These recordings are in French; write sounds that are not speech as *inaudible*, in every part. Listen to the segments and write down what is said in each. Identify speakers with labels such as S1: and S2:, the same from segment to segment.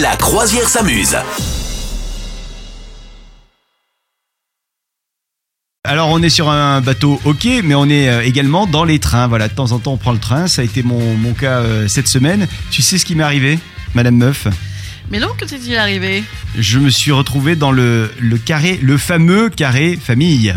S1: La croisière s'amuse.
S2: Alors on est sur un bateau ok, mais on est euh, également dans les trains. Voilà, de temps en temps on prend le train. Ça a été mon, mon cas euh, cette semaine. Tu sais ce qui m'est arrivé, Madame Meuf
S3: Mais non, que t'est-il arrivé
S2: Je me suis retrouvé dans le, le carré, le fameux carré famille.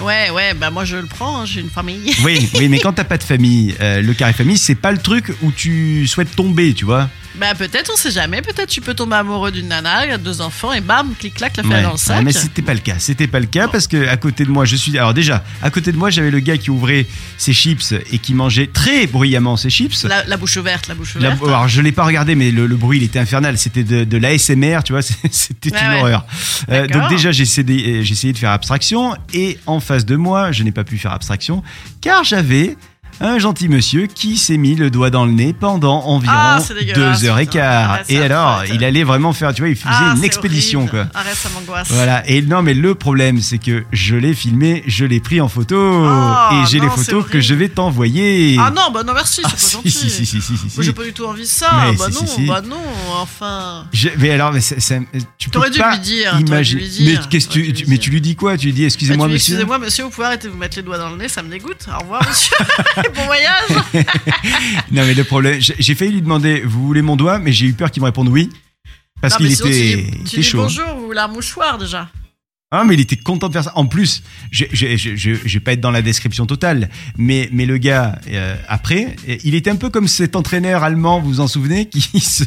S3: Ouais, ouais, bah moi je le prends, hein, j'ai une famille.
S2: Oui, oui, mais quand t'as pas de famille, euh, le carré famille, c'est pas le truc où tu souhaites tomber, tu vois.
S3: *laughs* Bah peut-être, on sait jamais, peut-être tu peux tomber amoureux d'une nana, il y a deux enfants et bam, clic-clac, la fait
S2: Ouais.
S3: dans le
S2: Ouais,
S3: sac.
S2: mais c'était pas le cas. C'était pas le cas parce que à côté de moi, je suis. Alors déjà, à côté de moi, j'avais le gars qui ouvrait ses chips et qui mangeait très bruyamment ses chips.
S3: la, la bouche ouverte, la bouche
S2: La-
S3: ouverte.
S2: alors je l'ai pas regardé, mais le, le bruit il était infernal. C'était de, de l'ASMR, tu vois, *laughs* c'est- c'était
S3: Ouais,
S2: une
S3: ouais.
S2: horreur. Euh,
S3: D'accord.
S2: donc déjà j'ai essayé, euh, j'ai essayé de faire abstraction et en face de moi je n'ai pas pu faire abstraction car j'avais un gentil monsieur qui s'est mis le doigt dans le nez pendant environ
S3: Ah, c'est dégueulasse,
S2: deux heures et
S3: putain.
S2: quart.
S3: Ouais, ça
S2: et alors
S3: arrête.
S2: il allait vraiment faire, tu vois, il faisait
S3: Ah,
S2: une
S3: c'est
S2: expédition
S3: horrible.
S2: quoi.
S3: Arrête, ça m'angoisse.
S2: Voilà, et non, mais le problème, c'est que je l'ai filmé, je l'ai pris en photo,
S3: Oh,
S2: et j'ai les
S3: non, c'est
S2: photos que
S3: horrible.
S2: je vais t'envoyer.
S3: Ah non, bah non, merci, c'est
S2: Ah,
S3: pas
S2: si,
S3: gentil.
S2: si, si, si, si, si,
S3: Moi
S2: si.
S3: j'ai pas du tout envie de ça,
S2: Mais
S3: bah
S2: si,
S3: non,
S2: si, si.
S3: bah non, enfin.
S2: Je- mais alors, mais ça- ça- tu peux
S3: T'aurais dû
S2: pas
S3: lui dire, t'aurais dû
S2: imaginer.
S3: lui dire,
S2: mais qu'est-ce que
S3: t'aurais
S2: tu,
S3: dû lui
S2: mais
S3: dire.
S2: tu lui dis quoi Tu lui dis excusez-moi,
S3: Bah, tu dis,
S2: monsieur.
S3: Excusez-moi, monsieur, vous pouvez arrêter de vous mettre les doigts dans le nez, ça me dégoûte. Au
S2: *laughs*
S3: revoir, monsieur. *laughs* Et bon voyage.
S2: Non, mais le problème, j'ai j'ai failli lui demander, vous voulez mon doigt Mais j'ai eu peur qu'il me réponde oui, parce
S3: Non,
S2: qu'il
S3: mais sinon, tu
S2: était,
S3: dis-
S2: il
S3: Tu
S2: était
S3: dis
S2: chaud. hein.
S3: bonjour, vous voulez un mouchoir déjà
S2: Ah, mais il était content de faire ça. En plus, je, je, je, je, je vais pas être dans la description totale, mais, mais le gars, euh, après, euh, il était un peu comme cet entraîneur allemand, vous vous en souvenez, qui *laughs* se,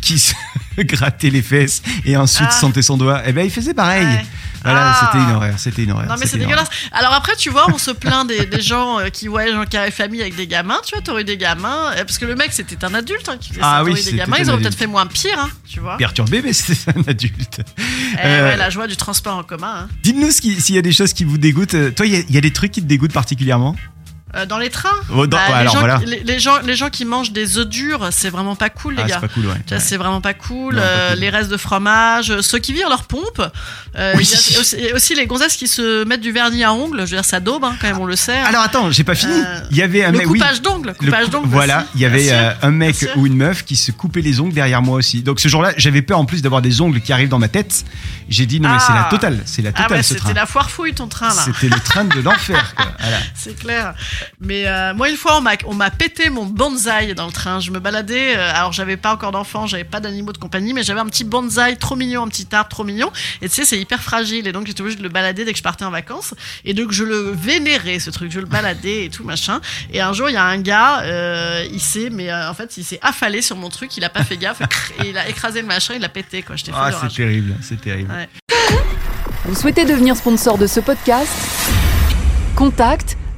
S2: qui se *laughs* grattait les fesses et ensuite
S3: Ah.
S2: sentait son doigt. Eh ben, il faisait pareil.
S3: Ouais.
S2: Voilà,
S3: Ah.
S2: c'était une horreur, c'était une horreur.
S3: Non mais
S2: c'était
S3: c'est
S2: une horreur.
S3: dégueulasse. Alors après tu vois on se plaint des, des gens euh, qui voyagent en carré famille avec des gamins, tu vois t'aurais eu des gamins, euh, parce que le mec c'était un adulte hein, qui faisait
S2: Ah
S3: ça,
S2: oui,
S3: t'aurais eu des
S2: c'était
S3: gamins,
S2: un
S3: ils auraient
S2: adulte.
S3: peut-être fait moins pire, hein, tu vois.
S2: Perturbé, mais c'était un adulte.
S3: Eh
S2: Euh,
S3: ouais, la joie du transport en commun. hein.
S2: Dites-nous ce qui- s'il y a des choses qui vous dégoûtent. Euh, Toi, il y, a- il y a des trucs qui te dégoûtent particulièrement
S3: Euh, dans les trains,
S2: Oh, dans-
S3: bah,
S2: ouais,
S3: les,
S2: alors
S3: gens,
S2: voilà.
S3: les, les gens, les gens qui mangent des œufs durs, c'est vraiment pas cool les
S2: Ah,
S3: gars.
S2: c'est pas cool, ouais.
S3: Tu vois,
S2: Ouais.
S3: C'est vraiment pas cool.
S2: Non, pas
S3: Euh,
S2: cool.
S3: Les restes de fromage, euh, ceux qui virent leur pompe. Euh,
S2: Oui.
S3: il y a aussi, et aussi les gonzesses qui se mettent du vernis à ongles. Je veux dire, ça daube hein, quand même, on le sait. hein.
S2: Alors attends, j'ai pas fini.
S3: Euh,
S2: Il y avait un
S3: le
S2: mec. Ah, oui.
S3: coupage d'ongles.
S2: Le
S3: Coupage
S2: coup-
S3: d'ongles.
S2: Voilà,
S3: aussi,
S2: il y avait
S3: bien sûr.
S2: euh, un mec
S3: bien sûr.
S2: ou une meuf qui se coupait les ongles derrière moi aussi. Donc ce jour-là, j'avais peur en plus d'avoir des ongles qui arrivent dans ma tête. J'ai dit non mais c'est
S3: Ah.
S2: la totale, c'est la
S3: Ah
S2: totale
S3: ouais,
S2: ce
S3: c'était
S2: train.
S3: la foire fouille ton train là,
S2: C'était le train
S3: *laughs*
S2: de l'enfer. quoi. Voilà.
S3: c'est clair. Mais euh, moi une fois on m'a on m'a pété mon bonsaï dans le train. Je me baladais, euh, alors j'avais pas encore d'enfants, j'avais pas d'animaux de compagnie, mais j'avais un petit bonsaï trop mignon, un petit arbre trop mignon. Et tu sais c'est hyper fragile et donc j'étais obligée de le balader dès que je partais en vacances. Et donc je le vénérais ce truc, je le baladais et tout machin. Et un jour il y a un gars, euh, il s'est mais euh, en fait il s'est affalé sur mon truc, il a pas fait gaffe, crrr, et il a écrasé le machin, il l'a pété quoi. J'étais
S2: Ah,
S3: folle de
S2: c'est
S3: rage.
S2: terrible, c'est terrible.
S3: Ouais.
S4: Vous souhaitez devenir sponsor de ce podcast Contact